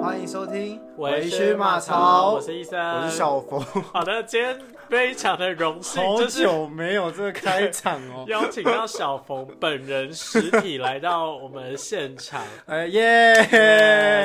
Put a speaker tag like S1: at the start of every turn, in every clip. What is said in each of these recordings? S1: 欢迎收听
S2: 微
S1: 醺
S2: 醺
S1: 马
S2: 马
S1: 槽
S2: 槽，我是医生，
S1: 我是。小佛，
S2: 好的，今天非常的荣幸，
S1: 好
S2: 就是。
S1: 久没有这个开场哦
S2: 邀请到小冯本人实体来到我们现场，
S1: 哎 耶！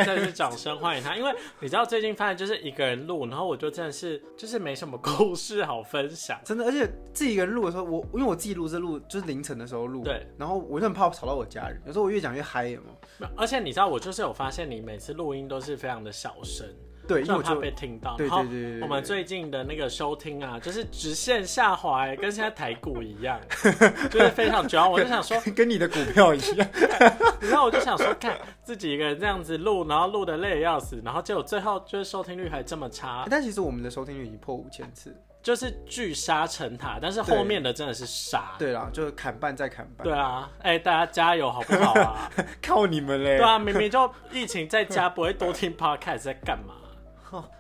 S2: 真的是掌声欢迎他。因为你知道最近发现就是一个人录，然后我就真的是就是没什么故事好分享。
S1: 真的，而且自己一个人录的时候，我因为我自己录是录就是凌晨的时候录，
S2: 对，
S1: 然后我就很怕我吵到我家人，有时候我越讲越嗨，有没有？
S2: 而且你知道，我就是有发现你每次录音都是非常的小声，
S1: 对，因为
S2: 就
S1: 我
S2: 很怕
S1: 就
S2: 被听到。
S1: 对
S2: 然后
S1: 对对对对
S2: 我们最近的那个收听啊，就是直线下滑、欸，跟现在台股一样， 就是非常主要。我就想说，
S1: 跟你的股票一样，
S2: 然后我就想说，看自己一个人这样子录，然后录的累得要死，然后结果最后就是收听率还这么差，
S1: 但其实我们的收听率已经破五千次，
S2: 就是聚沙成塔，但是后面的真的是沙。
S1: 对啦，就是砍半再砍半，
S2: 对啊，哎、大家加油好不好 啊？
S1: 靠你们嘞
S2: 对啊，明明就疫情在家，不会多听 podcast 在干嘛？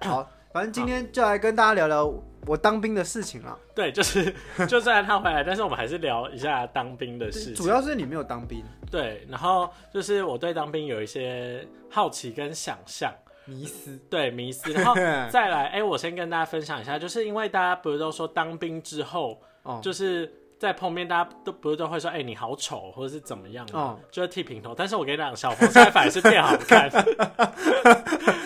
S1: 好，反正今天就来跟大家聊聊我当兵的事情啦。
S2: 对， 就是就算他回来，但是我们还是聊一下当兵的事
S1: 主
S2: 情。
S1: 要是你没有当兵，
S2: 对，然后就是我对当兵有一些好奇跟想象。
S1: 迷失。
S2: 对迷思， 然后再来，哎、我先跟大家分享一下，就是因为大家不是都说当兵之后，
S1: 哦
S2: 就是在碰面，大家都不是都会说，哎、你好丑，或者是怎么样、
S1: 哦
S2: 哦，就是剃平头。但是我跟你讲，小冯现在反而是变好 看，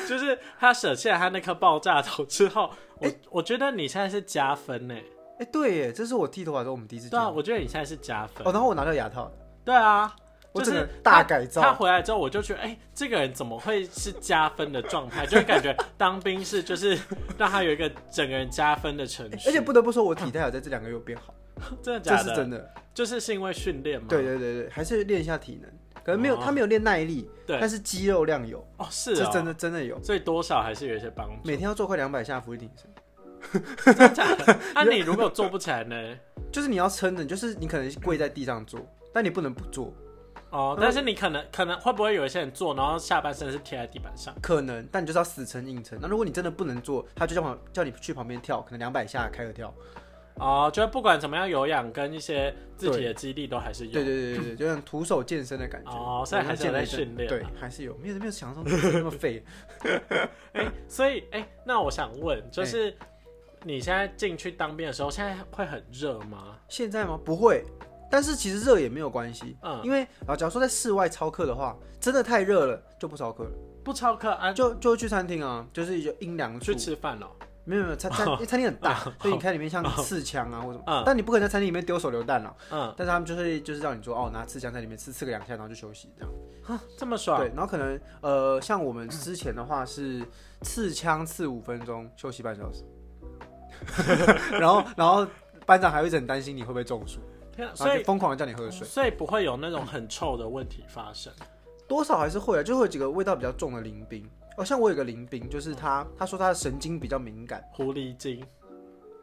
S2: 就是他舍弃了他那颗爆炸头之后，我、我觉得你现在是加分呢、
S1: 哎、对耶，这是我剃头发的时候我们第一次见
S2: 对啊，
S1: 面。
S2: 我觉得你现在是加分，
S1: 哦，然后我拿掉牙套，
S2: 对啊。
S1: 我
S2: 就是
S1: 整个
S2: 他
S1: 大改造
S2: 他回来之后，我就觉得，哎、这个人怎么会是加分的状 态？就是感觉当兵是就是让他有一个整个人加分的程序。
S1: 而且不得不说，我体态有在这两个月有变好，
S2: 真的假
S1: 这
S2: 的？
S1: 是真的。
S2: 就是是因为训练嘛。
S1: 对对对对，还是练一下体能，可能没有、
S2: 哦
S1: 他没有练耐力，
S2: 对
S1: 但是肌肉量有，
S2: 哦，是
S1: 这
S2: 哦，
S1: 真的真的有。
S2: 所以多少还是有一些帮助。
S1: 每天要做快两百下俯卧撑，
S2: 真的假的？那、 你如果做不起来呢？
S1: 就是你要撑着，就是你可能跪在地上做，但你不能不做，嗯
S2: 哦，但是你可能可能会不会有一些人做，然后下半身是贴在地板上？
S1: 可能，但你就是要死撑硬撑。那如果你真的不能做，他就叫旁叫你去旁边跳，可能两百下开合跳。
S2: 哦，就是不管怎么样，有氧跟一些自己的肌力都还是有。
S1: 对对对对对，就像徒手健身的感觉。
S2: 哦所以还是有在
S1: 健身
S2: 训练
S1: 对
S2: 啊，
S1: 还是有，没有没有想象中那么 废。
S2: 哎、所以哎、那我想问，就是你现在进去当兵的时候，现在会很热吗？
S1: 现在吗？嗯不会，但是其实热也没有关系，
S2: 嗯
S1: 因为啊，假如说在室外操课的话，真的太热了就不操课了，
S2: 不超课啊，
S1: 就就去餐厅啊，就是有阴凉处
S2: 去，吃饭哦、
S1: 没有没有餐餐，因为餐厅很大，所以你看里面像刺枪啊或什么
S2: 嗯，
S1: 但你不可能在餐厅里面丢手榴弹了，
S2: 嗯，
S1: 但是他们就是就是让你说哦拿刺枪在里面刺刺个两下，然后就休息这样。
S2: 哈，这么爽
S1: 对，然后可能呃，像我们之前的话是刺枪刺五分钟，休息半小时，然后然后班长还会一直很担心你会不会中暑，
S2: 天啊！
S1: 然
S2: 所
S1: 后
S2: 以
S1: 就疯狂的叫你喝水，
S2: 所以不会有那种很臭的问题发生。
S1: 多少还是会啊，就会有几个味道比较重的林兵。哦，像我有个林兵，就是他，他说他的神经比较敏感，
S2: 狐狸精，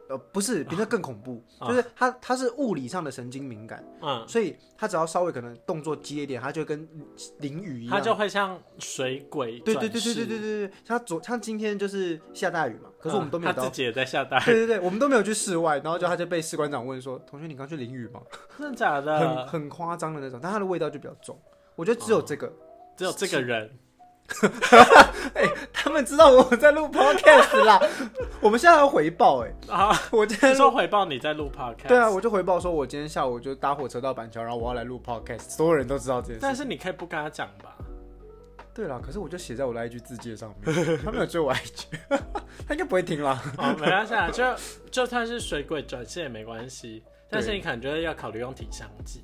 S1: 呃，不是比那更恐怖，
S2: 啊
S1: 就是他他是物理上的神经敏感，
S2: 嗯，
S1: 所以他只要稍微可能动作激烈一点，他就会跟淋雨一样
S2: 它，就会像水鬼
S1: 对
S2: 转
S1: 对对对对
S2: 世
S1: 对对对，像昨像今天就是下大雨嘛，可是我们都没有
S2: 嗯他
S1: 到
S2: 自己也在下大雨，
S1: 对对对，我们都没有去室外，然后就他就被士官长问说：“同学，你刚去淋雨吗
S2: 真的假？”
S1: 很
S2: 的？
S1: 很夸张的那种，但它的味道就比较重。我觉得只有这个，
S2: 只有这个人，
S1: 他们知道我在录 podcast 啦。我们现在要回报哎、
S2: 啊，
S1: 我今
S2: 你
S1: 天
S2: 说回报你在录 podcast，
S1: 对啊，，我就回报说，我今天下午就搭火车到板桥，然后我要来录 podcast，所有人都知道这件
S2: 但
S1: 事。
S2: 是你可以不跟他讲吧？
S1: 对啦，可是我就写在我的 IG 字界上 面，他没有追我 IG，他应该不会 听啦。
S2: 哦，没关系啊，就就算是水鬼转世也没关系，但是你可能觉得要考虑用体香剂。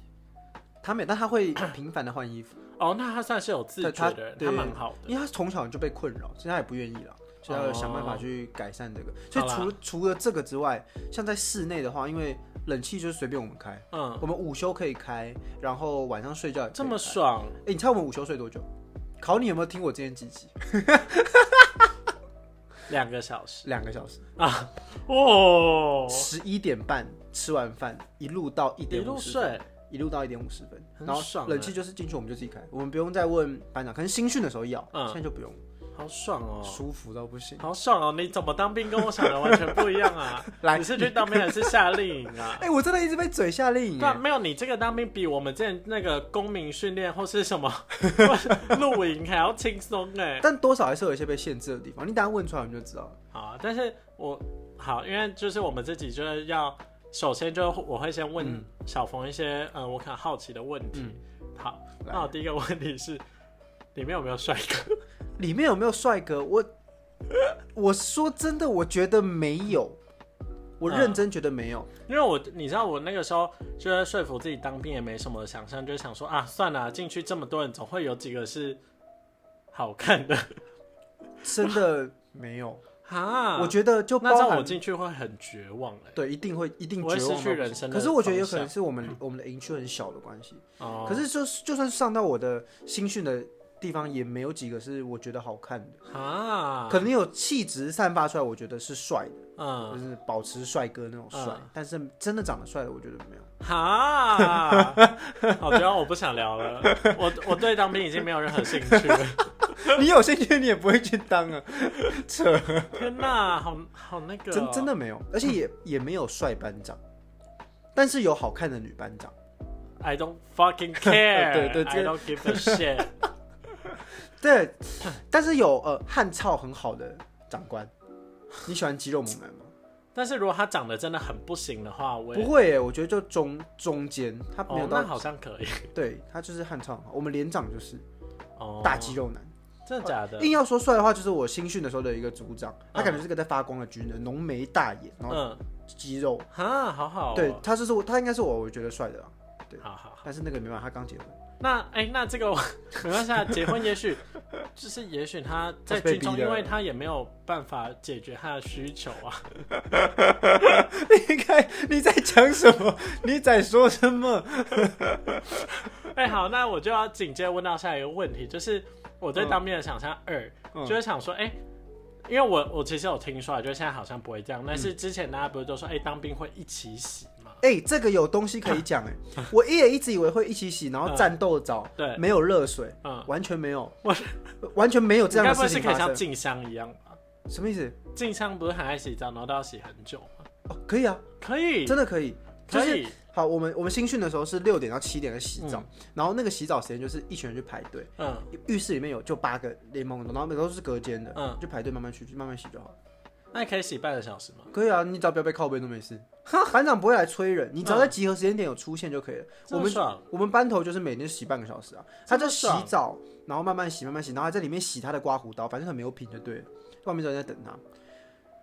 S1: 他没有，但他会频繁的换衣服，
S2: 哦，那他算是有自
S1: 对他
S2: 觉的人，
S1: 对
S2: 他蛮好的。
S1: 因为他从小就被困扰，所以他也不愿意了，所以他要想办法去改善这个。所以
S2: 好啦
S1: 除除了这个之外，像在室内的话，因为冷气就是随便我们开，
S2: 嗯，
S1: 我们午休可以开，然后晚上睡觉也可以
S2: 这么
S1: 开
S2: 爽，
S1: 哎、你猜我们午休睡多久？考你有没有听我之前几集？
S2: 两个小时
S1: 两个小时，
S2: 啊，哦，
S1: 十一点半吃完饭，一路到一
S2: 一
S1: 点
S2: 路
S1: 五十，
S2: 睡，
S1: 一路到一点五十分，
S2: 很
S1: 然后
S2: 爽
S1: 冷
S2: 欸
S1: 气就是进去我们就自己开，我们不用再问班长。可能新训的时候要，
S2: 嗯
S1: 现在就不用。
S2: 好爽哦，
S1: 舒服到不行。？
S2: 好爽哦！你怎么当兵跟我想的完全不一样啊
S1: 来
S2: 你是去当兵还是夏令营啊
S1: 哎、？我真的一直被嘴下令
S2: 对啊，
S1: 哎，
S2: 没有你这个当兵比我们之前那个公民训练或是什么 或是露营还要轻松哎。
S1: 但多少还是有一些被限制的地方。你等一下问出来我们就知道了。
S2: 好啊，但是我好，因为就是我们自己就是要，首先就是我会先问
S1: 嗯
S2: 小冯一些嗯、呃我可能好奇的问题。
S1: 嗯
S2: 好，
S1: 来
S2: 那我第一个问题是，里面有没有帅哥？
S1: 里面有没有帅哥？我 我说真的，我觉得没有，我认真觉得没有。
S2: 因为我你知道我那个时候就是说服自己当兵也没什么想象，就是想说啊，算了，进去这么多人，总会有几个是好看的
S1: 真的没有。
S2: 啊。
S1: 我觉得就
S2: 那这
S1: 包
S2: 样我
S1: 含
S2: 进去会很绝望哎、
S1: 对，一定会一定
S2: 我会
S1: 绝望
S2: 失去
S1: 到不
S2: 人
S1: 行
S2: 生的
S1: 可是我觉得有
S2: 方
S1: 可能
S2: 向嗯
S1: 是我们我们的营区很小的关系。
S2: 哦，
S1: 可是就是就算上到我的新训的地方，也没有几个是我觉得好看的。
S2: 啊，
S1: 可能有气质散发出来，我觉得是帅的，
S2: 嗯，
S1: 就是保持帅哥那种帅。
S2: 嗯
S1: 但是真的长得帅的，我觉得没有。
S2: 哈，我觉得我不想聊了，我我对当兵已经没有任何兴趣 了。
S1: 你有兴趣，你也不会去当 啊，扯，
S2: 天哪，好好那个哦、
S1: 真真的没有，而且 也也没有帅班长，但是有好看的女班长。
S2: ，I don't fucking care，
S1: 对对
S2: ，I
S1: 这
S2: don't give a shit，
S1: 对，但是有呃汗臭很好的长官。你喜欢肌肉猛男吗？
S2: 但是如果他长得真的很不行的话，我也
S1: 不会耶，我觉得就中中间，他没有
S2: 哦，
S1: 到，
S2: 那好像可以
S1: 对他就是汗臭很好。我们连长就是
S2: 哦，
S1: 大肌肉男，
S2: 真的假的？
S1: 硬要说帅的话，就是我新训的时候的一个组长，他感觉是个在发光的军人，浓眉大眼，然后
S2: 嗯，
S1: 肌肉，
S2: 哈，好好、哦，啊
S1: 对，他就是我，他应该是我我觉得帅的啦。对
S2: 好好。
S1: 但是那个没办法，他刚结婚，
S2: 那哎、那这个我没关系啊，结婚也许就是也许他在
S1: 他是被
S2: 军中，
S1: 逼的
S2: 因为他也没有办法解决他的需求啊。
S1: 你看你在讲什么？你在说什么？
S2: 哎、好，那我就要紧接着问到下一个问题，就是我对当兵的想象二，
S1: 嗯
S2: 就是想说，哎、因为我我其实有听说啊，就是现在好像不会这样，但是
S1: 嗯
S2: 之前大家不是都说，哎、当兵会一起洗嘛？
S1: 哎、这个有东西可以讲 哎、我也一直以为会一起洗，然后战斗澡，
S2: 嗯对
S1: 没有热水，
S2: 嗯，
S1: 完全没有
S2: 我，
S1: 完全没有这
S2: 你
S1: 样
S2: 该
S1: 的
S2: 不会
S1: 事
S2: 是
S1: 情
S2: 可以
S1: 发
S2: 像
S1: 生。
S2: 静香一样吧？
S1: 什么意思？
S2: 静香不是很爱洗澡，然后都要洗很久吗？
S1: 哦，可以啊，
S2: 可以，
S1: 真的可以。就
S2: 可
S1: 是
S2: 以，
S1: 好，我们我们新训的时候是六点到七点的洗澡，然后那个洗澡时间就是一群人去排队，
S2: 嗯，
S1: 浴室里面有就八个联盟的，然后每个都是隔间的，
S2: 嗯
S1: 就排队慢慢去慢慢洗就好了。
S2: 那你可以洗半个小时吗？
S1: 可以啊，你只要不要被靠背都没事。班长不会来催
S2: 嗯
S1: 人，你只要在集合时间点有出现就可以了。我
S2: 这么
S1: 们
S2: 爽
S1: 我们班头就是每天洗半个小时啊，他
S2: 这么
S1: 就洗
S2: 爽
S1: 澡，然后慢慢洗慢慢洗，然后还在里面洗他的刮胡刀，反正很没有品就对了。外面都有人在等他，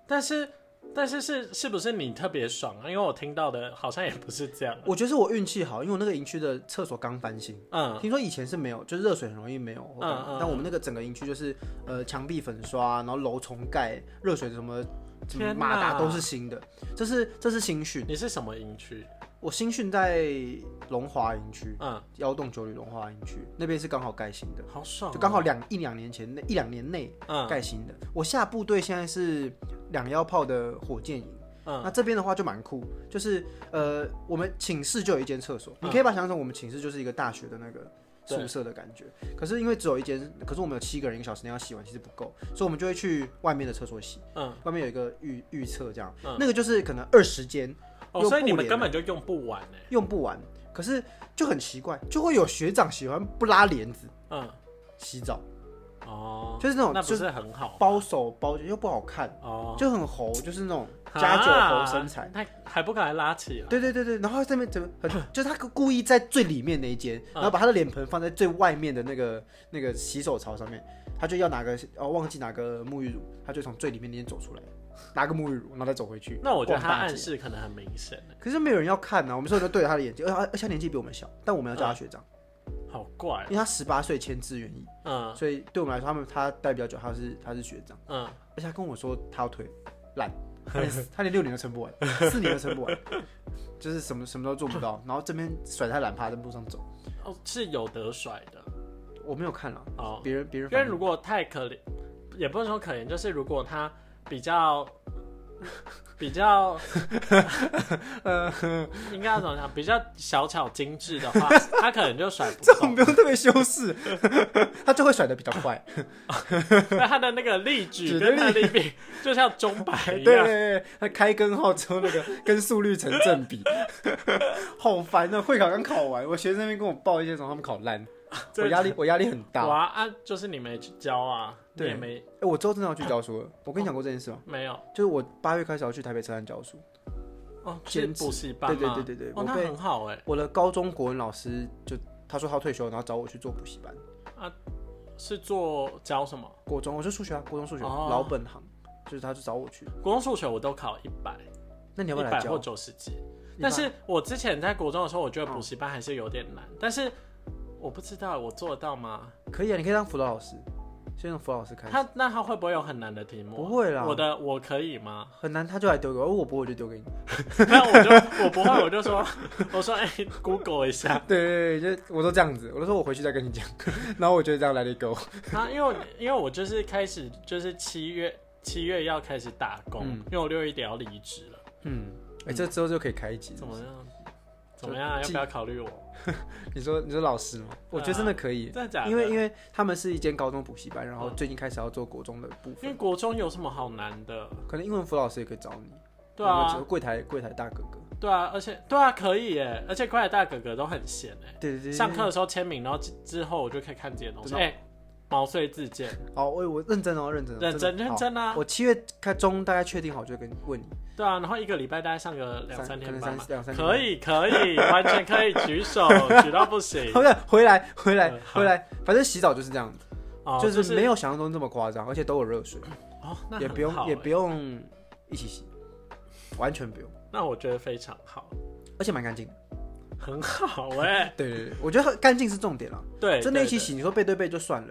S2: 但是但是是是不是你特别爽啊？因为我听到的好像也不是这样。
S1: 我觉得是我运气好，因为我那个营区的厕所刚翻新，
S2: 嗯，
S1: 听说以前是没有，就是热水很容易没有。或干嘛
S2: 嗯嗯
S1: 但我们那个整个营区就是，呃，墙壁粉刷，然后楼重盖，热水什么什么
S2: 天
S1: 马达
S2: 哪
S1: 都是新的。这是这是新训，
S2: 你是什么营区？
S1: 我新训在龙华营区，
S2: 嗯，
S1: 幺洞九里龙华营区那边是刚好盖新的，
S2: 好爽哦、
S1: 就刚好两一两年前那一两年内
S2: 嗯
S1: 盖新的。我下部队现在是两幺炮的火箭营。
S2: 嗯
S1: 那这边的话就蛮酷，就是呃，我们寝室就有一间厕所，你可以把它想象成我们寝室就是一个大学的那个
S2: 嗯对
S1: 宿舍的感觉。可是因为只有一间，可是我们有七个人，一个小时内要洗完，其实不够，所以我们就会去外面的厕所洗。
S2: 嗯，
S1: 外面有一个预预测这样，
S2: 嗯
S1: 那个就是可能二十间
S2: 哦，
S1: 又
S2: 所以
S1: 不
S2: 你们
S1: 连
S2: 根本就用不完哎、
S1: 用不完，可是就很奇怪，就会有学长喜欢不拉帘子
S2: 嗯，
S1: 洗澡，
S2: 哦，
S1: 就是那种
S2: 那
S1: 就
S2: 不
S1: 是
S2: 是很好
S1: 包手包脚又不好看，
S2: 哦，
S1: 就很猴，就是那种加九猴身材
S2: 啊。那还不敢拉起来？
S1: 对对对对，然后这边怎么很 就是他故意在最里面那一间，
S2: 嗯
S1: 然后把他的脸盆放在最外面的那个那个洗手槽上面，他就要拿个哦忘记拿个沐浴乳，他就从最里面那间走出来，拿个沐浴乳，然后再走回去。
S2: 那我觉得他
S1: 逛大街
S2: 暗示可能很明显欸、
S1: 可是没有人要看呐、啊我们所有人都对着他的眼睛，而且他而且他年纪比我们小，但我们要
S2: 嗯
S1: 叫他学长，
S2: 好怪
S1: 因为他十八岁签志愿役，
S2: 哦、
S1: 所以对我们来说，他们他待比较久，他是他是学长，
S2: 嗯嗯，
S1: 而且他跟我说他要退， 懒，他连他连六年都撑不完， 四年都撑不完，就是什么什么都做不到，然后这边甩他懒趴在路上走，
S2: 哦，是有得甩的
S1: 我没有看了，
S2: 哦，
S1: 别人别人
S2: 因为
S1: 反正
S2: 如果太可怜，也不能说可怜，就是如果他比较 比 较，呃，应该要怎么讲？比较小巧精致的 话，他可能就甩不
S1: 这种
S2: 动
S1: 不，用特别修饰， 他就会甩的比较快。
S2: 那他的那个力矩
S1: 指
S2: 跟他
S1: 的
S2: 的力柄 就像钟摆一
S1: 对对
S2: 样。
S1: 对，他开根号之后那个跟速率成正比， 好烦啊！会考刚考完，我学生那边跟我报一些什么，他们考 烂，我
S2: 对
S1: 压力我压力很大。
S2: 哇啊，就是你没去教啊，你
S1: 对
S2: 也没
S1: 哎、我之后真的要去教书了。我跟你讲过这件事吗？
S2: 没有
S1: 就是我八月开始要去台北车站教书。
S2: 哦，是
S1: 兼职
S2: 补习班
S1: 对对
S2: 吗
S1: 对对对，
S2: 哦
S1: 我，
S2: 那
S1: 被
S2: 很好哎、
S1: 我的高中国文老师就他说他要退休，然后找我去做补习班。
S2: 是做教什么？
S1: 国中我是数学啊，国中数学、
S2: 哦
S1: 老本行，就是他就找我去。
S2: 国中数学我都考一百，
S1: 那你要不
S2: 一
S1: 要
S2: 百
S1: 来
S2: 或
S1: 教？
S2: 九十几。但是我之前在国中的时候，我
S1: 嗯
S2: 觉得补习班还是有点难，但是我不知道我做得到吗？
S1: 可以啊，你可以当辅导老师，先从辅导老师开始。
S2: 他那他会不会有很难的题目？啊
S1: 不会啦
S2: 我的我可以吗？
S1: 很难，他就来丢给我，我不会我就丢给你。
S2: 那我就我不会，我就说 我说哎、g o o g l e 一下
S1: 对对对，就我都这样子，我都说我回去再跟你讲。 然后我就这样来了一个，
S2: 啊，因为我因为我就是开始就是七月七月要开始打工，
S1: 嗯
S2: 因为我六一点要离职了，
S1: 嗯，哎、这之后就可以开一集。
S2: 怎么样？怎么样？要
S1: 就
S2: 不要考虑我？
S1: 你说你说老师吗？我觉得真的可以，
S2: 真的假的？
S1: 因为因
S2: 为
S1: 为他们是一间高中补习班，然后最近开始要做国中的部
S2: 因为
S1: 分，
S2: 国中有什么好难的？
S1: 可能英文辅老师也可以找你。
S2: 对
S1: 然后只
S2: 啊
S1: 有，柜台柜台大哥哥，
S2: 对啊，而且对啊，可以耶！而且快乐大哥哥都很闲哎，
S1: 对对对，
S2: 上课的时候签名，然后之之后我就可以看这些东西。
S1: 嗯真
S2: 哎、毛遂自荐，
S1: 好，我我认真哦，认真哦，
S2: 认真
S1: 的
S2: 认。真啊
S1: 好！我七月开中大概确定好，就跟你问你
S2: 对啊，然后一个礼拜大概上个两三
S1: 可
S2: 天
S1: 能
S2: 班
S1: 三
S2: 吧。
S1: 两三天
S2: 可。以可以，完全可以举手，举到不行。
S1: 好的，回来回来
S2: 嗯好
S1: 回来，反正洗澡就是这样子，
S2: 哦，
S1: 就是是没有想象中这么夸张，而且都有热水，
S2: 哦，那
S1: 也
S2: 很
S1: 不用
S2: 好
S1: 也
S2: 欸
S1: 不用一起洗，完全不用，
S2: 那我觉得非常好，
S1: 而且蛮干净的。
S2: 很好哎、
S1: 对对对，我觉得干净是重点啦。
S2: 对，
S1: 真的
S2: 对
S1: 一起，洗，你说背对背就算了，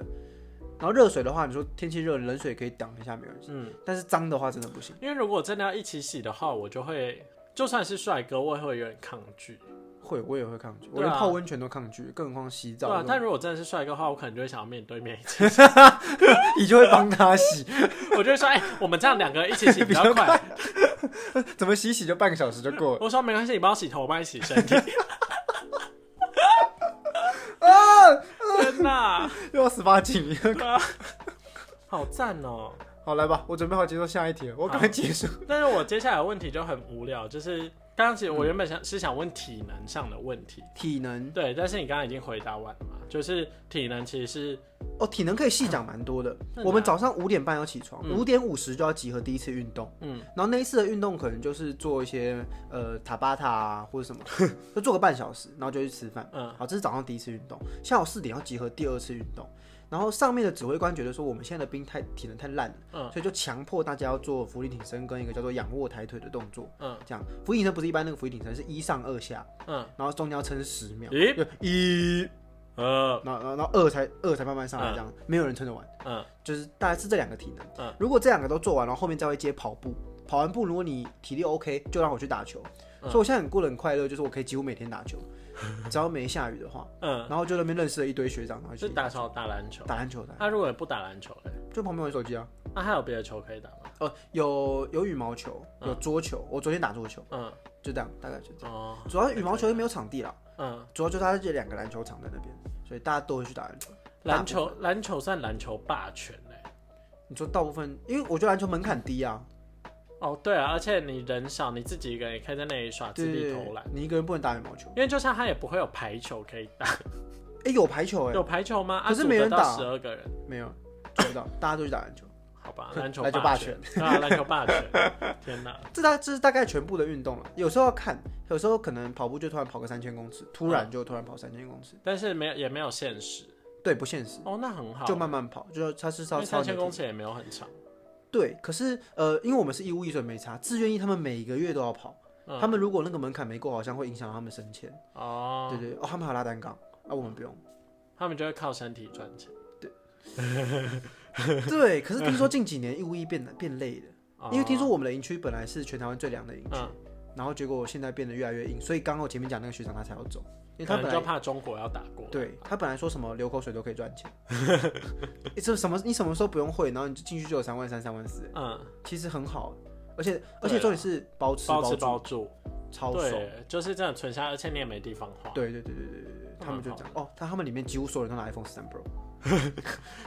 S1: 然后热水的话，你说天气热，冷水可以挡一下没关系，
S2: 对嗯，
S1: 但是脏的话真的不行，
S2: 因为如果真的要一起洗的话，我就会，就算是帅哥，我也会有点抗拒。
S1: 会我也会抗拒，我
S2: 对啊
S1: 连泡温泉都抗拒，更何况洗
S2: 对
S1: 澡
S2: 啊
S1: 这，种。
S2: 但如果真的是帅哥的话，我可能就会想要面对面一起。
S1: 你就会帮他洗，
S2: 我就会说，哎、我们这样两个一起洗比较
S1: 比较
S2: 快。
S1: 怎么洗洗就半个小时就过了。
S2: 我说没关系，你帮我洗头，我帮你洗身体。
S1: 啊
S2: 天哪，
S1: 又要十八禁，
S2: 好赞哦、
S1: 好来吧，我准备好接受下一题了，我赶快结束。
S2: 但是我接下来的问题就很无聊，就是刚刚其实我原本想、是想问体能上的问题，
S1: 体能
S2: 对，但是你刚刚已经回答完了嘛，就是体能其实是
S1: 哦，体能可以细讲蛮多的。
S2: 真的啊
S1: 我们早上五点半要起床，
S2: 嗯
S1: 五点五十就要集合第一次运动。
S2: 嗯，
S1: 然后那一次的运动可能就是做一些呃塔巴塔啊或者什么， 就做个半小时，然后就去吃饭。
S2: 嗯
S1: 好，这是早上第一次运动。下午四点要集合第二次运动。然后上面的指挥官觉得说我们现在的兵太体能太烂了，
S2: 嗯
S1: 所以就强迫大家要做俯卧挺身跟一个叫做仰卧抬腿的动作。
S2: 嗯
S1: 这样，俯卧挺身不是一般那个俯卧挺身，是一上二下，
S2: 嗯
S1: 然后中间要撑十秒，
S2: 咦
S1: 就一，
S2: 呃
S1: 然后然后然后二才二才慢慢上来，这样、没有人撑得完，
S2: 嗯
S1: 就是大概是这两个体能。
S2: 嗯
S1: 如果这两个都做完，然后后面再会接跑步，跑完步如果你体力 OK，就让我去打球。
S2: 嗯
S1: 所以我现在很过得很快乐，就是我可以几乎每天 打球，只要没下雨的话，
S2: 嗯，
S1: 然后就在那边认识了一堆学长，然后一
S2: 是
S1: 起
S2: 打球打篮球，
S1: 打篮球的，
S2: 他、如果不打篮球嘞，
S1: 就旁边玩手机啊。
S2: 那、还有别的球可以打吗？
S1: 呃，有有羽毛球，
S2: 哦嗯
S1: 有桌球，我昨天打桌球，
S2: 嗯
S1: 就这样，大概就这样。
S2: 哦
S1: 主要羽毛球又没有场地啊啦，
S2: 嗯，
S1: 主要就是它这两个篮球场在那边，所以大家都会去打篮球。
S2: 篮球篮球算篮球霸权嘞、
S1: 你说大部分，因为我觉得篮球门槛低啊，
S2: 哦，对啊，而且你人少，你自己一个人也可以在那里耍啊自
S1: 对对
S2: 己
S1: 对
S2: 投篮，，
S1: 你一个人不能打羽毛球。
S2: 因为就像他也不会有排球可以打，
S1: 哎，有排球哎，
S2: 有排球吗？啊
S1: 可是没人打
S2: 十二个人，
S1: 没有，做不到，大家都去打篮球。
S2: 好 吧，篮球
S1: 篮球
S2: 霸
S1: 霸
S2: 权，对啊，篮球霸 权，天哪，
S1: 这大这是大概全部的运动了，有时候要看，有时候可能跑步就突然跑个三千公尺，突然就突然跑三千公尺，
S2: 但是没有也没有限时，
S1: 对，不现实，
S2: 哦，那很好，
S1: 就慢慢跑，就是它是
S2: 因
S1: 要
S2: 为
S1: 超
S2: 三
S1: 你的
S2: 千公
S1: 体
S2: 尺也没有很长，
S1: 对，可是呃，因为我们是义务役，所以没差。志愿役他们每个月都要跑，
S2: 嗯
S1: 他们如果那个门槛没过，好像会影响到他们升迁。
S2: 哦，
S1: 对对，哦，他们还有拉单杠啊，我们不用。
S2: 他们就会靠身体赚钱，
S1: 对，可是听说近几年义务役变得变累了，
S2: 哦
S1: 因为听说我们的营区本来是全台湾最凉的营区，
S2: 嗯，
S1: 然后结果现在变得越来越硬，所以刚刚我前面讲那个学长他才要走，因为他
S2: 可
S1: 本
S2: 能
S1: 来
S2: 就怕中国要打过，
S1: 对他本来说什么流口水都可以赚钱，欸这什么你什么时候不用会，然后你就进去就有三万三、三万四，
S2: 嗯，
S1: 其实很好。而且而且重点是包吃
S2: 包吃
S1: 住，
S2: 包住，
S1: 超爽。
S2: 对，就是真的存下，而且你也没地方花，
S1: 对对对对对对对，他们就讲哦，他他们里面几乎所有人都拿 iPhone 13 Pro，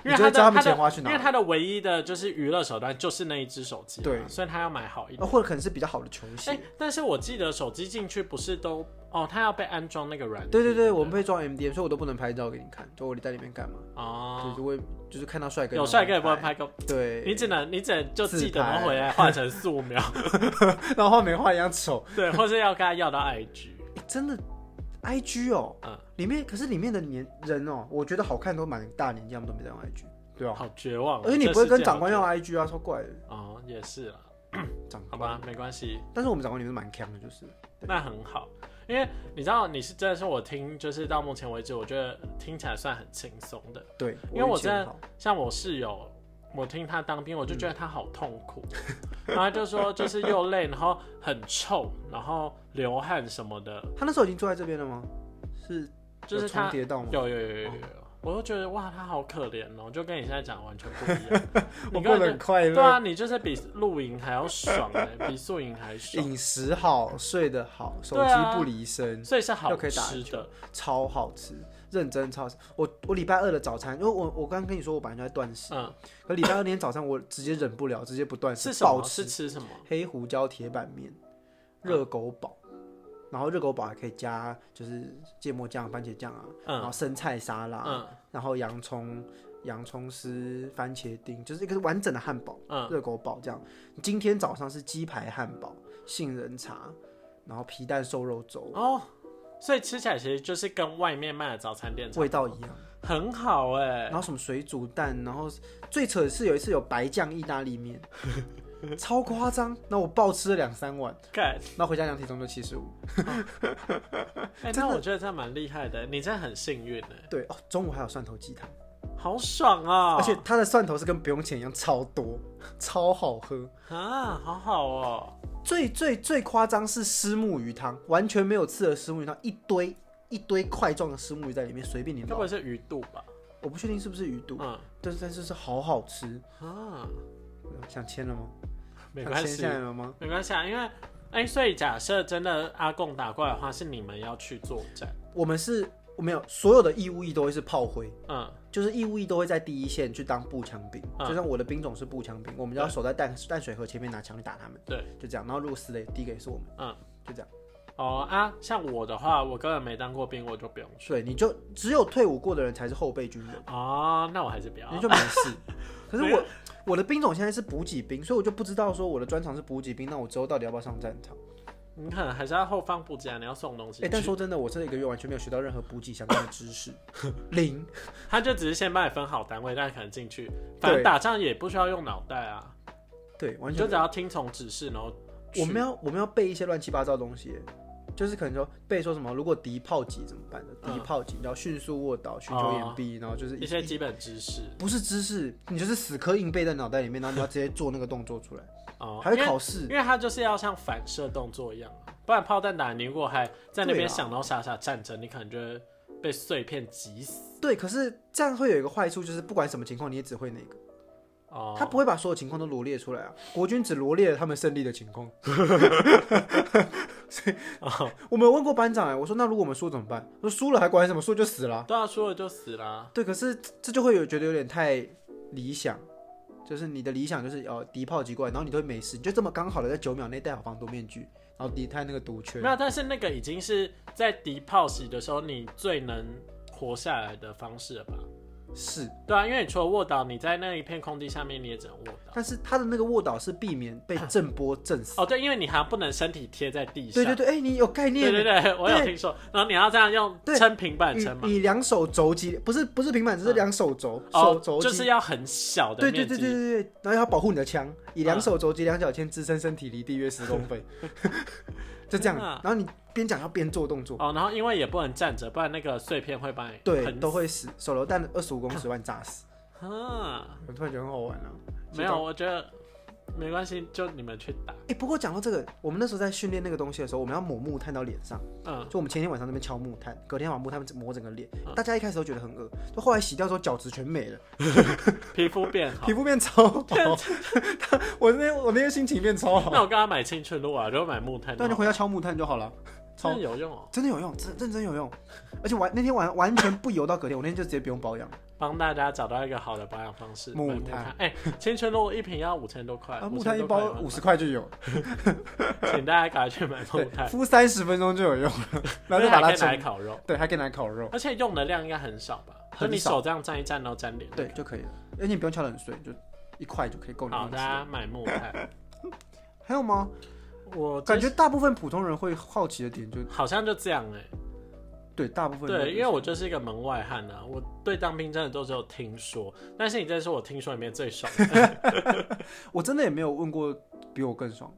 S2: 因
S1: 你
S2: 为他
S1: 就会知
S2: 的他
S1: 道他们钱
S2: 的
S1: 花去
S2: 因
S1: 哪
S2: 为
S1: 了。
S2: 他的唯一的就是娱乐手段就是那一只手机嘛，
S1: 对
S2: 所以他要买好一点。
S1: 哦，或者可能是比较好的球
S2: 哎、
S1: 鞋。
S2: 但是我记得手机进去不是都哦，它要被安装那个软体，
S1: 对对对，我们
S2: 不
S1: 被装 MDM，所以我都不能拍照给你看，就我在里面干嘛？就
S2: 哦，
S1: 是会就是看到帅哥
S2: 有帅哥也
S1: 也
S2: 不会，拍个，
S1: 对，
S2: 你只能你只能就
S1: 自
S2: 记得然后
S1: 拍
S2: 回来换成素描，
S1: 然后画没画一样丑，
S2: 对，或是要跟他要到 IG，
S1: 欸真的，IG 哦，
S2: 嗯
S1: 里面可是里面的年人哦，我觉得好看都蛮大年纪，他们都没在用 IG，对啊，
S2: 好绝望哦。
S1: 而且你
S2: 这
S1: 不会
S2: 世
S1: 跟
S2: 界
S1: 长
S2: 好
S1: 官
S2: 绝
S1: 要 IG 啊，超怪的，
S2: 哦，也是啦，
S1: 长
S2: 好
S1: 官。
S2: 吧，没关系，
S1: 但是我们长官里面蛮强的，就是
S2: 那很好，因为你知道你是真的是我听，就是到目前为止，我觉得听起来算很轻松的。
S1: 对，
S2: 因为我
S1: 运气
S2: 真的
S1: 很好
S2: 像我室友，我听他当兵，我就觉得
S1: 嗯
S2: 他好痛苦，然后他就说就是又累，然后很臭，然后流汗什么的，
S1: 他那时候已经坐在这边了吗？是
S2: 就是
S1: 有重
S2: 他
S1: 叠到吗？
S2: 有有有有有有
S1: 哦。
S2: 我就觉得哇，他好可怜哦，就跟你现在讲的完全不一样 你根
S1: 我过得
S2: 本
S1: 很快
S2: 就对
S1: 乐，
S2: 啊，你就是比露营还要 爽欸比宿营还爽，
S1: 饮食好，睡得好，手
S2: 对
S1: 机
S2: 啊
S1: 不离身，
S2: 所以是好
S1: 又可以打
S2: 吃
S1: 球
S2: 的。
S1: 超好吃，认真超好吃。我我礼拜二的早餐，因为我我刚刚跟你说我本来就在断食，
S2: 嗯，
S1: 可礼拜二那天早上我直接忍不了，直接不断
S2: 是
S1: 食，
S2: 什
S1: 暴
S2: 么？
S1: 吃
S2: 是吃什么？
S1: 黑胡椒铁板面、热狗堡，然后热狗堡还可以加就是芥末酱、番茄酱啊，然
S2: 嗯
S1: 后生菜沙拉，
S2: 嗯
S1: 然后洋葱、洋葱丝、番茄丁，就是一个完整的汉堡，
S2: 嗯，
S1: 热狗堡这样。今天早上是鸡排汉堡、杏仁茶，然后皮蛋瘦肉粥，
S2: 哦，所以吃起来其实就是跟外面卖的早餐店差
S1: 味道一样。
S2: 很好哎、
S1: 然后什么水煮蛋，然后最扯的是有一次有白酱意大利 面，超夸张。那我暴吃了两三碗，
S2: 干，
S1: 那回家量体重就七十五。
S2: 哎、那我觉得这蛮厉害的，欸你真的很幸运哎、
S1: 对哦，中午还有蒜头鸡汤，
S2: 好爽啊！
S1: 而且它的蒜头是跟不用钱一样超多，超好喝。
S2: 啊，好好哦、
S1: 最最最夸张是虱目鱼汤，完全没有刺的虱目鱼汤，一堆一堆块状的虱目鱼在里面，随便你
S2: 该
S1: 捞
S2: 不。会是鱼肚吧？
S1: 我不确定是不是鱼肚，
S2: 嗯
S1: 但是但是是好好吃。
S2: 啊，
S1: 想签了吗？
S2: 没关
S1: 想
S2: 系
S1: 签，下来了吗？
S2: 没关系啊，因为哎、所以假设真的阿贡打过来的话，是你们要去作战。
S1: 我们是我没有所有的义务役都会是炮灰。
S2: 嗯
S1: 就是义务役都会在第一线去当步枪兵，
S2: 嗯
S1: 就像我的兵种是步枪兵，我们就要守在淡淡水河前面拿枪去打他们，
S2: 对，
S1: 就这样。然后如果死了，第一个也是我们，
S2: 嗯，
S1: 就这样。
S2: 哦啊，像我的话，我根本没当过兵，我就不用去。
S1: 所以你就只有退伍过的人才是后备军人，
S2: 哦，那我还是不要
S1: 你。就 没事。可是
S2: 没
S1: 我我的兵种现在是补给兵，所以我就不知道说我的专长是补给兵，那我之后到底要不要上战场？
S2: 你可能还是要后方补给啊，你要送东西
S1: 哎、
S2: 去。
S1: 但说真的，我这一个月完全没有学到任何补给相关的知 识，零。
S2: 他就只是先帮你分好单位，但可能进去，反
S1: 对
S2: 正打仗也不需要用脑袋啊，
S1: 对，完
S2: 你
S1: 全
S2: 就只要听从指示，然后去
S1: 我们要我们要背一些乱七八糟的东西耶，就是可能说背说什么，如果敌炮击怎么办的？
S2: 嗯哦
S1: 敌炮击，然后迅速卧倒，寻求掩蔽，然后就是
S2: 一些基本知识
S1: 不是知识，你就是死磕硬背在脑袋里面，然后你要直接做那个动作出来，
S2: 哦，
S1: 还会
S2: 因为
S1: 考试。
S2: 因为他就是要像反射动作一样啊，不然炮弹打你，如果还在那
S1: 对
S2: 边
S1: 啊
S2: 想到傻傻站着，你可能就会被碎片击死
S1: 对，可是这样会有一个坏处，就是不管什么情况，你也只会哪个。
S2: 哦。
S1: 他不会把所有情况都罗列出来啊，国军只罗列了他们胜利的情 况。
S2: 哦
S1: 所以，我们有问过班长哎，我说那如果我们输怎么办？他说输了还管什么，输了就死了啊。
S2: 对啊，输了就死啦。
S1: 对，可是这就会有觉得有点太理想，就是你的理想就是哦敌炮击过来，然后你都会没事，你就这么刚好的在九秒内戴好防毒面具，然后敌探那个毒圈
S2: 没。有，但是那个已经是在敌炮袭的时候，你最能活下来的方式了吧？
S1: 是，
S2: 对啊，因为你除了卧倒，你在那一片空地下面，你也只能卧倒。
S1: 但是他的那个卧倒是避免被震波震死。
S2: 哦，对，因为你还不能身体贴在地上。
S1: 对对对，哎、你有概念。
S2: 对对对，我有听说。然后你要这样用
S1: 对
S2: 撑平板撑嘛
S1: 你？你两手肘击，不是不是平板，只是
S2: 嗯
S1: 两手肘，手
S2: 哦，
S1: 肘击。
S2: 就是要很小的
S1: 对对
S2: 面积。
S1: 对对对对，然后要保护你的枪，以两
S2: 嗯
S1: 手肘击，两脚尖支撑身体离地约十公分，就这样。
S2: 天哪
S1: 然后你边讲要边做动作。
S2: 哦，然后因为也不能站着，不然那个碎片会把你
S1: 对，
S2: 喷
S1: 都会死。手榴弹二十五公尺万炸死，
S2: 嗯啊。
S1: 我突然觉得很好玩啊。
S2: 没有，我觉得没关系，就你们去 打。
S1: 哎、不过讲到这个，我们那时候在训练那个东西的时候，我们要抹木炭到脸上，
S2: 嗯，
S1: 就我们前天晚上那边敲木炭，隔天把木炭抹整个脸，大家一开始都觉得很恶，就后来洗掉之后角质全没了，
S2: 皮肤变好。
S1: 皮肤变超好。 他我那天我那天心情变超好，
S2: 那我刚刚买青春露啊，然后买木炭，
S1: 对，你回家敲木炭就好了，超
S2: 真的有用哦。
S1: 真的有用，真认真有用，而且完那天完完全不油到隔天，我那天就直接不用保养。
S2: 帮大家找到一个好的保养方式。
S1: 木
S2: 买
S1: 炭
S2: 炭，哎、青春露一瓶要哎五千多块，
S1: 啊，
S2: 5000
S1: 木炭一
S2: 多块
S1: 包
S2: 吗
S1: 五十 块就有，
S2: 请大家赶快去买木
S1: 对，
S2: 炭，
S1: 敷三十分钟就有用 了，
S2: 因
S1: 然后
S2: 为
S1: 就
S2: 还可以
S1: 把它
S2: 拿来
S1: 盛，
S2: 烤肉，
S1: 对，还可以拿来烤肉，
S2: 而且用的量应该很少吧？就
S1: 很
S2: 你
S1: 少
S2: 手这样沾一沾，然后沾脸。
S1: 对，就可以了，而且你不用敲得很碎，就一块就可以够你
S2: 好，啊
S1: 用
S2: 大
S1: 吃。
S2: 家买木 炭。
S1: 还有吗？
S2: 我
S1: 感
S2: 就
S1: 觉大部分普通人会好奇的点就
S2: 好像就这样哎、
S1: 对，大部分人
S2: 对，因为我就是一个门外汉啊，我对当兵真的都只有听说，但是你这是我听说里面最爽的。
S1: 我真的也没有问过比我更爽，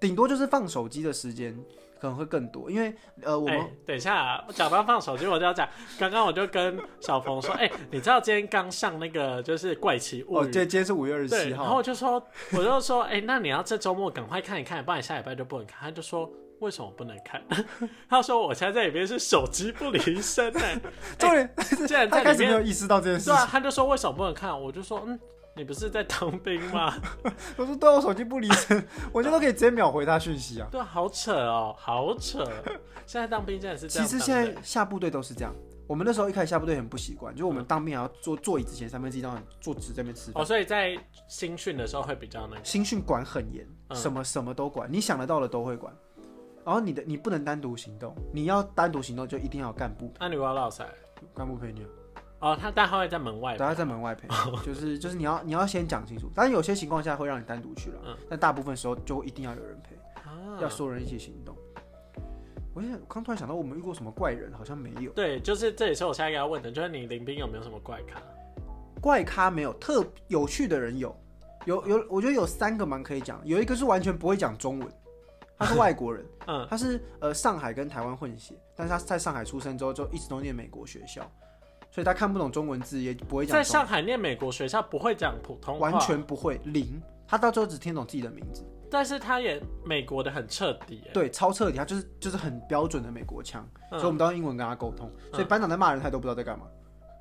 S1: 顶多就是放手机的时间可能会更多，因为呃我
S2: 哎、
S1: 们、
S2: 等一下、啊，我讲到放手机，我就要讲，刚刚我就跟小冯说，哎、你知道今天刚上那个就是怪奇物
S1: 哦，
S2: 语
S1: 今今天是五月二十
S2: 对，
S1: 七
S2: 然后
S1: 号，
S2: 我就说，我就说，哎、那你要这周末赶快看一看，不然你下礼拜就不能看。他就说，为什么不能看？ 他说我现在在里面是手机不离身哎、
S1: 重点
S2: 竟然
S1: 他
S2: 在
S1: 开
S2: 里
S1: 始没
S2: 面。
S1: 有意识到这件事
S2: 对啊
S1: 情，，
S2: 他就说为什么不能看？我就说，嗯，你不是在当兵吗？
S1: 我说对啊我手机不离身，我觉得都可以直接秒回他讯息啊。
S2: 对啊，好扯哦，好扯。现在当兵真的是这
S1: 其
S2: 样
S1: 实
S2: 当
S1: 现
S2: 的
S1: 在下部队都是这样。我们那时候一开始下部队很不习惯，就我
S2: 嗯
S1: 们当兵还要坐座椅子前三分之一，然后坐直这边吃饭。
S2: 哦，所以在新训的时候会比较那个，
S1: 新训管很严，
S2: 嗯
S1: 什么什么都管，你想得到的都会管。然后你的你不能单独行动，你要单独行动就一定要有干部，
S2: 那你要落塞
S1: 干部陪你啊，
S2: 哦，他但他会在门外
S1: 大家在 门外陪，就是就是你要你要先讲清楚。当然有些情况下会让你单独去了，
S2: 嗯
S1: 但大部分时候就一定要有人陪，
S2: 啊
S1: 要，所有人一起行动。我现在我刚突然想到，我们遇过什么怪人？好像没有。
S2: 对，就是这也是我下一个要问的，就是你临兵有没有什么怪咖？
S1: 怪咖没有，特有趣的人有，有有，我觉得有三个蛮可以讲，有一个是完全不会讲中文，他是外国人，
S2: 嗯，
S1: 他是呃上海跟台湾混血，但是他在上海出生之后就一直都念美国学校，所以他看不懂中文字，也不会讲
S2: 在
S1: 中
S2: 上海念美国学校不会讲普通
S1: 文，
S2: 话，
S1: 完。全不会零，他到最后只听懂自己的名字，
S2: 但是他也美国的很彻底耶，
S1: 对，超彻底，他就是就是很标准的美国腔，
S2: 嗯
S1: 所以我们都用英文跟他沟通，所以班长在骂人，他也都不知道在干嘛。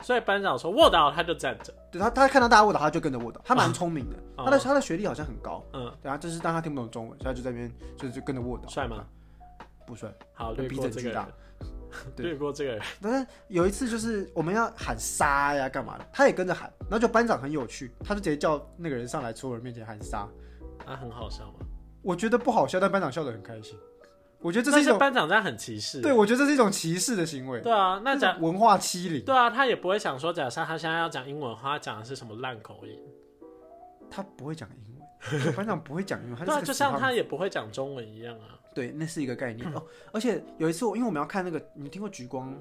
S2: 所以班长说卧倒他就站着，
S1: 对他，他看到大家卧倒，他就跟着卧倒，他蛮聪明的，
S2: 哦
S1: 他的他的学历好像很高，
S2: 嗯，
S1: 对啊，就是当他听不懂中文，所以他就在那边就就跟着卧倒。
S2: 帅吗？
S1: 不帅。
S2: 好
S1: 就
S2: 啊略
S1: 逼
S2: 过
S1: 着
S2: 这
S1: 巨
S2: 个人
S1: 大，对
S2: 略过这个人，
S1: 但是有一次就是我们要喊杀呀，干嘛的，他也跟着喊，然后就班长很有趣，他就直接叫那个人上来，所有人面前喊杀。
S2: 啊，很好笑吗？
S1: 我觉得不好笑，但班长笑得很开心。我觉得这
S2: 但
S1: 是一
S2: 是
S1: 种，
S2: 班长这样很歧视，
S1: 对我觉得这是一种歧视的行为，
S2: 对啊，那
S1: 这
S2: 假
S1: 种文化欺凌。
S2: 对啊，他也不会想说，假设他现在要讲英文的话，他讲的是什么烂口音，
S1: 他不会讲英文，班长不会讲英文，他
S2: 对啊，
S1: 是个
S2: 就
S1: 死胖
S2: 像
S1: 子
S2: 他也不会讲中文一样啊。
S1: 对，那是一个概念哦。而且有一次我，因为我们要看那个，你听过《橘光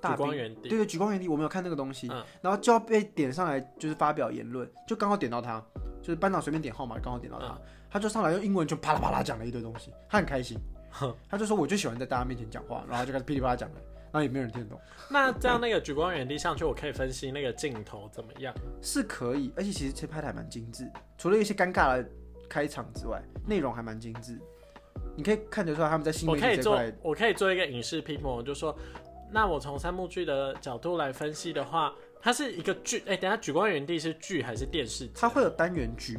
S1: 大
S2: 举
S1: 兵》
S2: 光原
S1: 对
S2: 地，
S1: 对，举光原地，我们有看那个东西，
S2: 嗯
S1: 然后就要被点上来，就是发表言论，就刚好点到他，就是班长随便点号码，刚好点到
S2: 嗯
S1: 他，他就上来用英文就啪啦啪啦讲了一堆东西，他很开心，他就说我就喜欢在大家面前讲话，然后就开始噼里啪啦讲了，然后也没有人听得懂，
S2: 那这样那个举光原地上去，我可以分析那个镜头怎么样？
S1: 是可以，而且其实其实拍的还蛮精致，除了一些尴尬的开场之外，内容还蛮精致，你可以看得出来他们在新
S2: 我
S1: 媒
S2: 可以
S1: 体这
S2: 做
S1: 块，
S2: 我可以做一个影视批评，我就说，那我从三幕剧的角度来分析的话，它是一个剧。哎、等一下《举光原地》是剧还是电视剧？
S1: 它会有单元剧，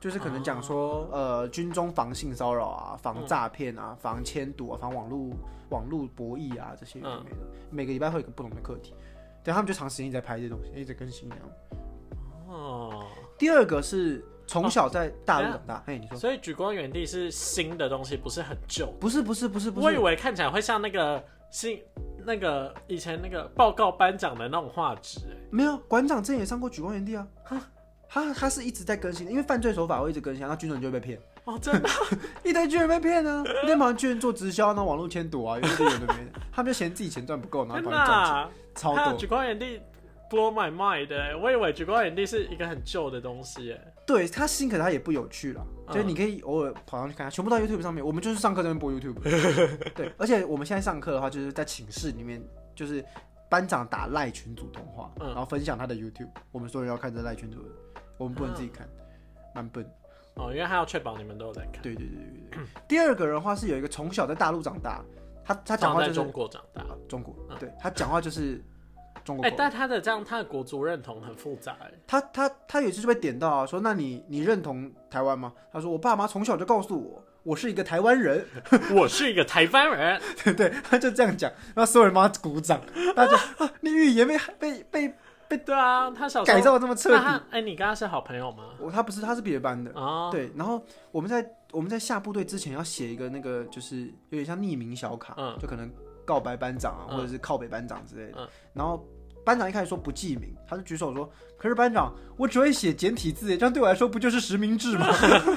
S1: 就是可能讲说，
S2: 哦
S1: 呃，军中防性骚扰啊、
S2: 嗯
S1: 防诈骗啊、防迁赌啊、防网络网络博弈啊这些有
S2: 嗯
S1: 的没的，每个礼拜会有一个不同的课题。对，他们就长时间一直在拍这些东西，一直更新这样。
S2: 哦，
S1: 第二个是从小在大陆长大，哎、你说
S2: 所以《举光原地》是新的东西，不是很旧。
S1: 不是不是不是不
S2: 我以
S1: 是，
S2: 为看起来会像那个新那个以前那个报告班长的那种画质、哎
S1: 没有馆长之前也上过《举光原地》啊，他他是一直在更新的，因为犯罪手法会一直更新啊，那军人就会被骗。
S2: 哦， 真的
S1: 一堆巨人被骗啊，一堆忙巨人做直销，然后网络签赌啊，有一堆有的没的，他们就嫌自己钱赚不够，然后
S2: 真
S1: 跑
S2: 的
S1: 去赚钱，
S2: 啊，
S1: 超
S2: 还有
S1: 多。
S2: 举光原地 blow my mind 的、哎我以为举光原地是一个很旧的东西、哎
S1: 对他新，可是他也不有趣了，
S2: 嗯
S1: 就是你可以偶尔跑上去看，全部到 YouTube 上面。我们就是上课在那边播 YouTube，对，而且我们现在上课的话，就是在寝室里面，就是班长打赖群组通话，
S2: 嗯嗯
S1: 然后分享他的 YouTube，我们所有人要看这赖群组的，我们不能自己看，蛮笨。
S2: 哦，因为他要确保你们都有在看。
S1: 对对对对对。第二个人的话是有一个从小在大陆长大，他他讲话
S2: 哦在
S1: 就是
S2: 中国长大，
S1: 啊中国，
S2: 嗯
S1: 对他讲话就是中国
S2: 哎、
S1: 口音。
S2: 但他的这样，他的国族认同很复杂 哎。
S1: 他他他有一次就被点到啊，说那你你认同台湾吗？他说我爸妈从小就告诉我，我是一个台湾人，
S2: 我是一个台湾人，
S1: 对对，他就这样讲，然后所有人帮他鼓掌，大家、啊、你语言被被被
S2: 对啊，他小时候
S1: 改造得这么彻
S2: 那
S1: 底
S2: 他，哎、你跟他是好朋友吗？
S1: 我他不是他是别班的，
S2: 啊，
S1: 对，然后我们在我们在下部队之前要写一个那个就是有点像匿名小卡，
S2: 嗯
S1: 就可能告白班长啊，
S2: 嗯
S1: 或者是靠北班长之类的。
S2: 嗯
S1: 然后班长一开始说不记名，他就举手说：“可是班长，我只会写简体字耶，这样对我来说不就是实名制吗？”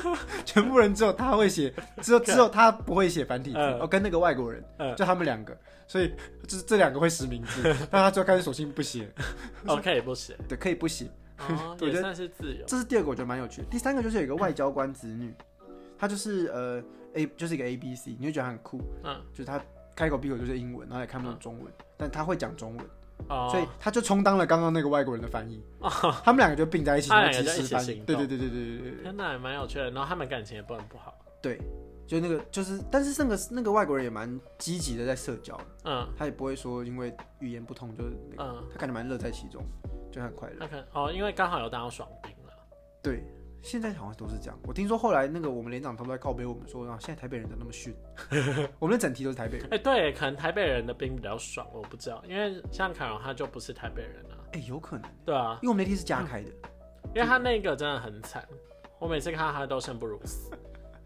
S1: 全部人只有他会写，只有只有他不会写繁体字，
S2: 嗯
S1: 哦，跟那个外国人，
S2: 嗯
S1: 就他们两个，所以就是这两个会实名制，但他最后开始索性不写，
S2: ，OK，不行，
S1: 对，可以不写。，
S2: 哦
S1: 我觉
S2: 也
S1: 得
S2: 算是自由。
S1: 这是第二个，我觉得蛮有趣的。第三个就是有一个外交官子女，他就是呃 A 就是一个 A B C，你会觉得他很酷，
S2: 嗯，
S1: 就是他开口闭口就是英文，然后也看不懂中文，但他会讲中文，
S2: 哦，
S1: 所以他就充当了刚刚那个外国人的翻译。他们两个就并在一起，
S2: 他
S1: 然后
S2: 们
S1: 即
S2: 两个就一
S1: 时
S2: 起
S1: 翻译。
S2: 行
S1: 对
S2: 动
S1: 对对对对对对
S2: 天哪，也蛮有趣的。然后他们感情也不能不好。
S1: 对，就那个就是，但是那个那个外国人也蛮积极的在社交，
S2: 嗯
S1: 他也不会说因为语言不通就是那个，
S2: 嗯，
S1: 他感觉蛮乐在其中，就很快乐。
S2: 那可能哦，因为刚好有当到爽兵了。
S1: 对，现在好像都是这样。我听说后来那个我们连长他们都在靠背我们说，啊，现在台北人怎么那么 逊？我们的整题都是台北人。
S2: 哎、对，可能台北人的兵比较爽，我不知道，因为像凯荣他就不是台北人啊。
S1: 哎、有可能，
S2: 对啊，
S1: 因为我们那题是加 开的，
S2: 因为他那个真的很惨，我每次看到他都生不如死，。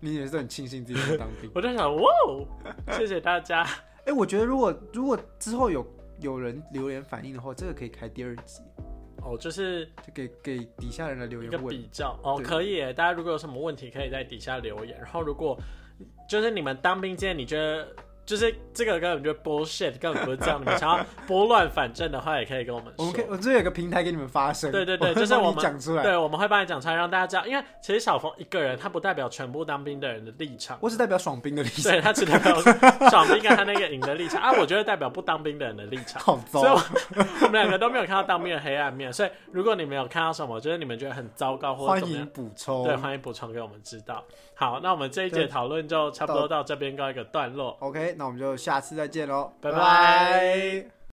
S1: 你也是很庆幸自己没当兵
S2: 我就想哇哦，谢谢大家。
S1: 哎、我觉得如果如果之后有有人留言反映的话，这个可以开第二集，
S2: 哦，就是
S1: 就给给底下人来留
S2: 一个
S1: 言问。
S2: 比较哦，
S1: 对
S2: 可以耶。大家如果有什么问题，可以在底下留言。然后如果就是你们当兵间，你觉得就是这个根本就 bullshit，根本不是这样，你们想要拨乱反正的话，也可以跟我们说
S1: 我们可以，。我啊这有个平台给你们发声。
S2: 对对对
S1: 我会
S2: 就是
S1: 帮你
S2: 我们
S1: 讲出来。
S2: 对，我们会帮你讲出来，让大家知道。因为其实小峰一个人，他不代表全部当兵的人的立场，
S1: 我只代表爽兵的立场，
S2: 对他只代 表爽兵跟他那个赢的 立场啊，我觉得代表不当兵的人的立场。
S1: 好
S2: 所以
S1: 糟
S2: 我， 我们两个都没有看到当面的黑暗面。所以，如果你们有看到什么，就是你们觉得很糟糕或者
S1: 欢
S2: 怎么
S1: 迎
S2: 样，
S1: 补充。
S2: 对，欢迎补充给我们知道。好，那我们这一节
S1: 哦对
S2: 讨论就差不多到这边告一个段落。
S1: OK，那我们就下次再见喽，
S2: 拜拜
S1: 拜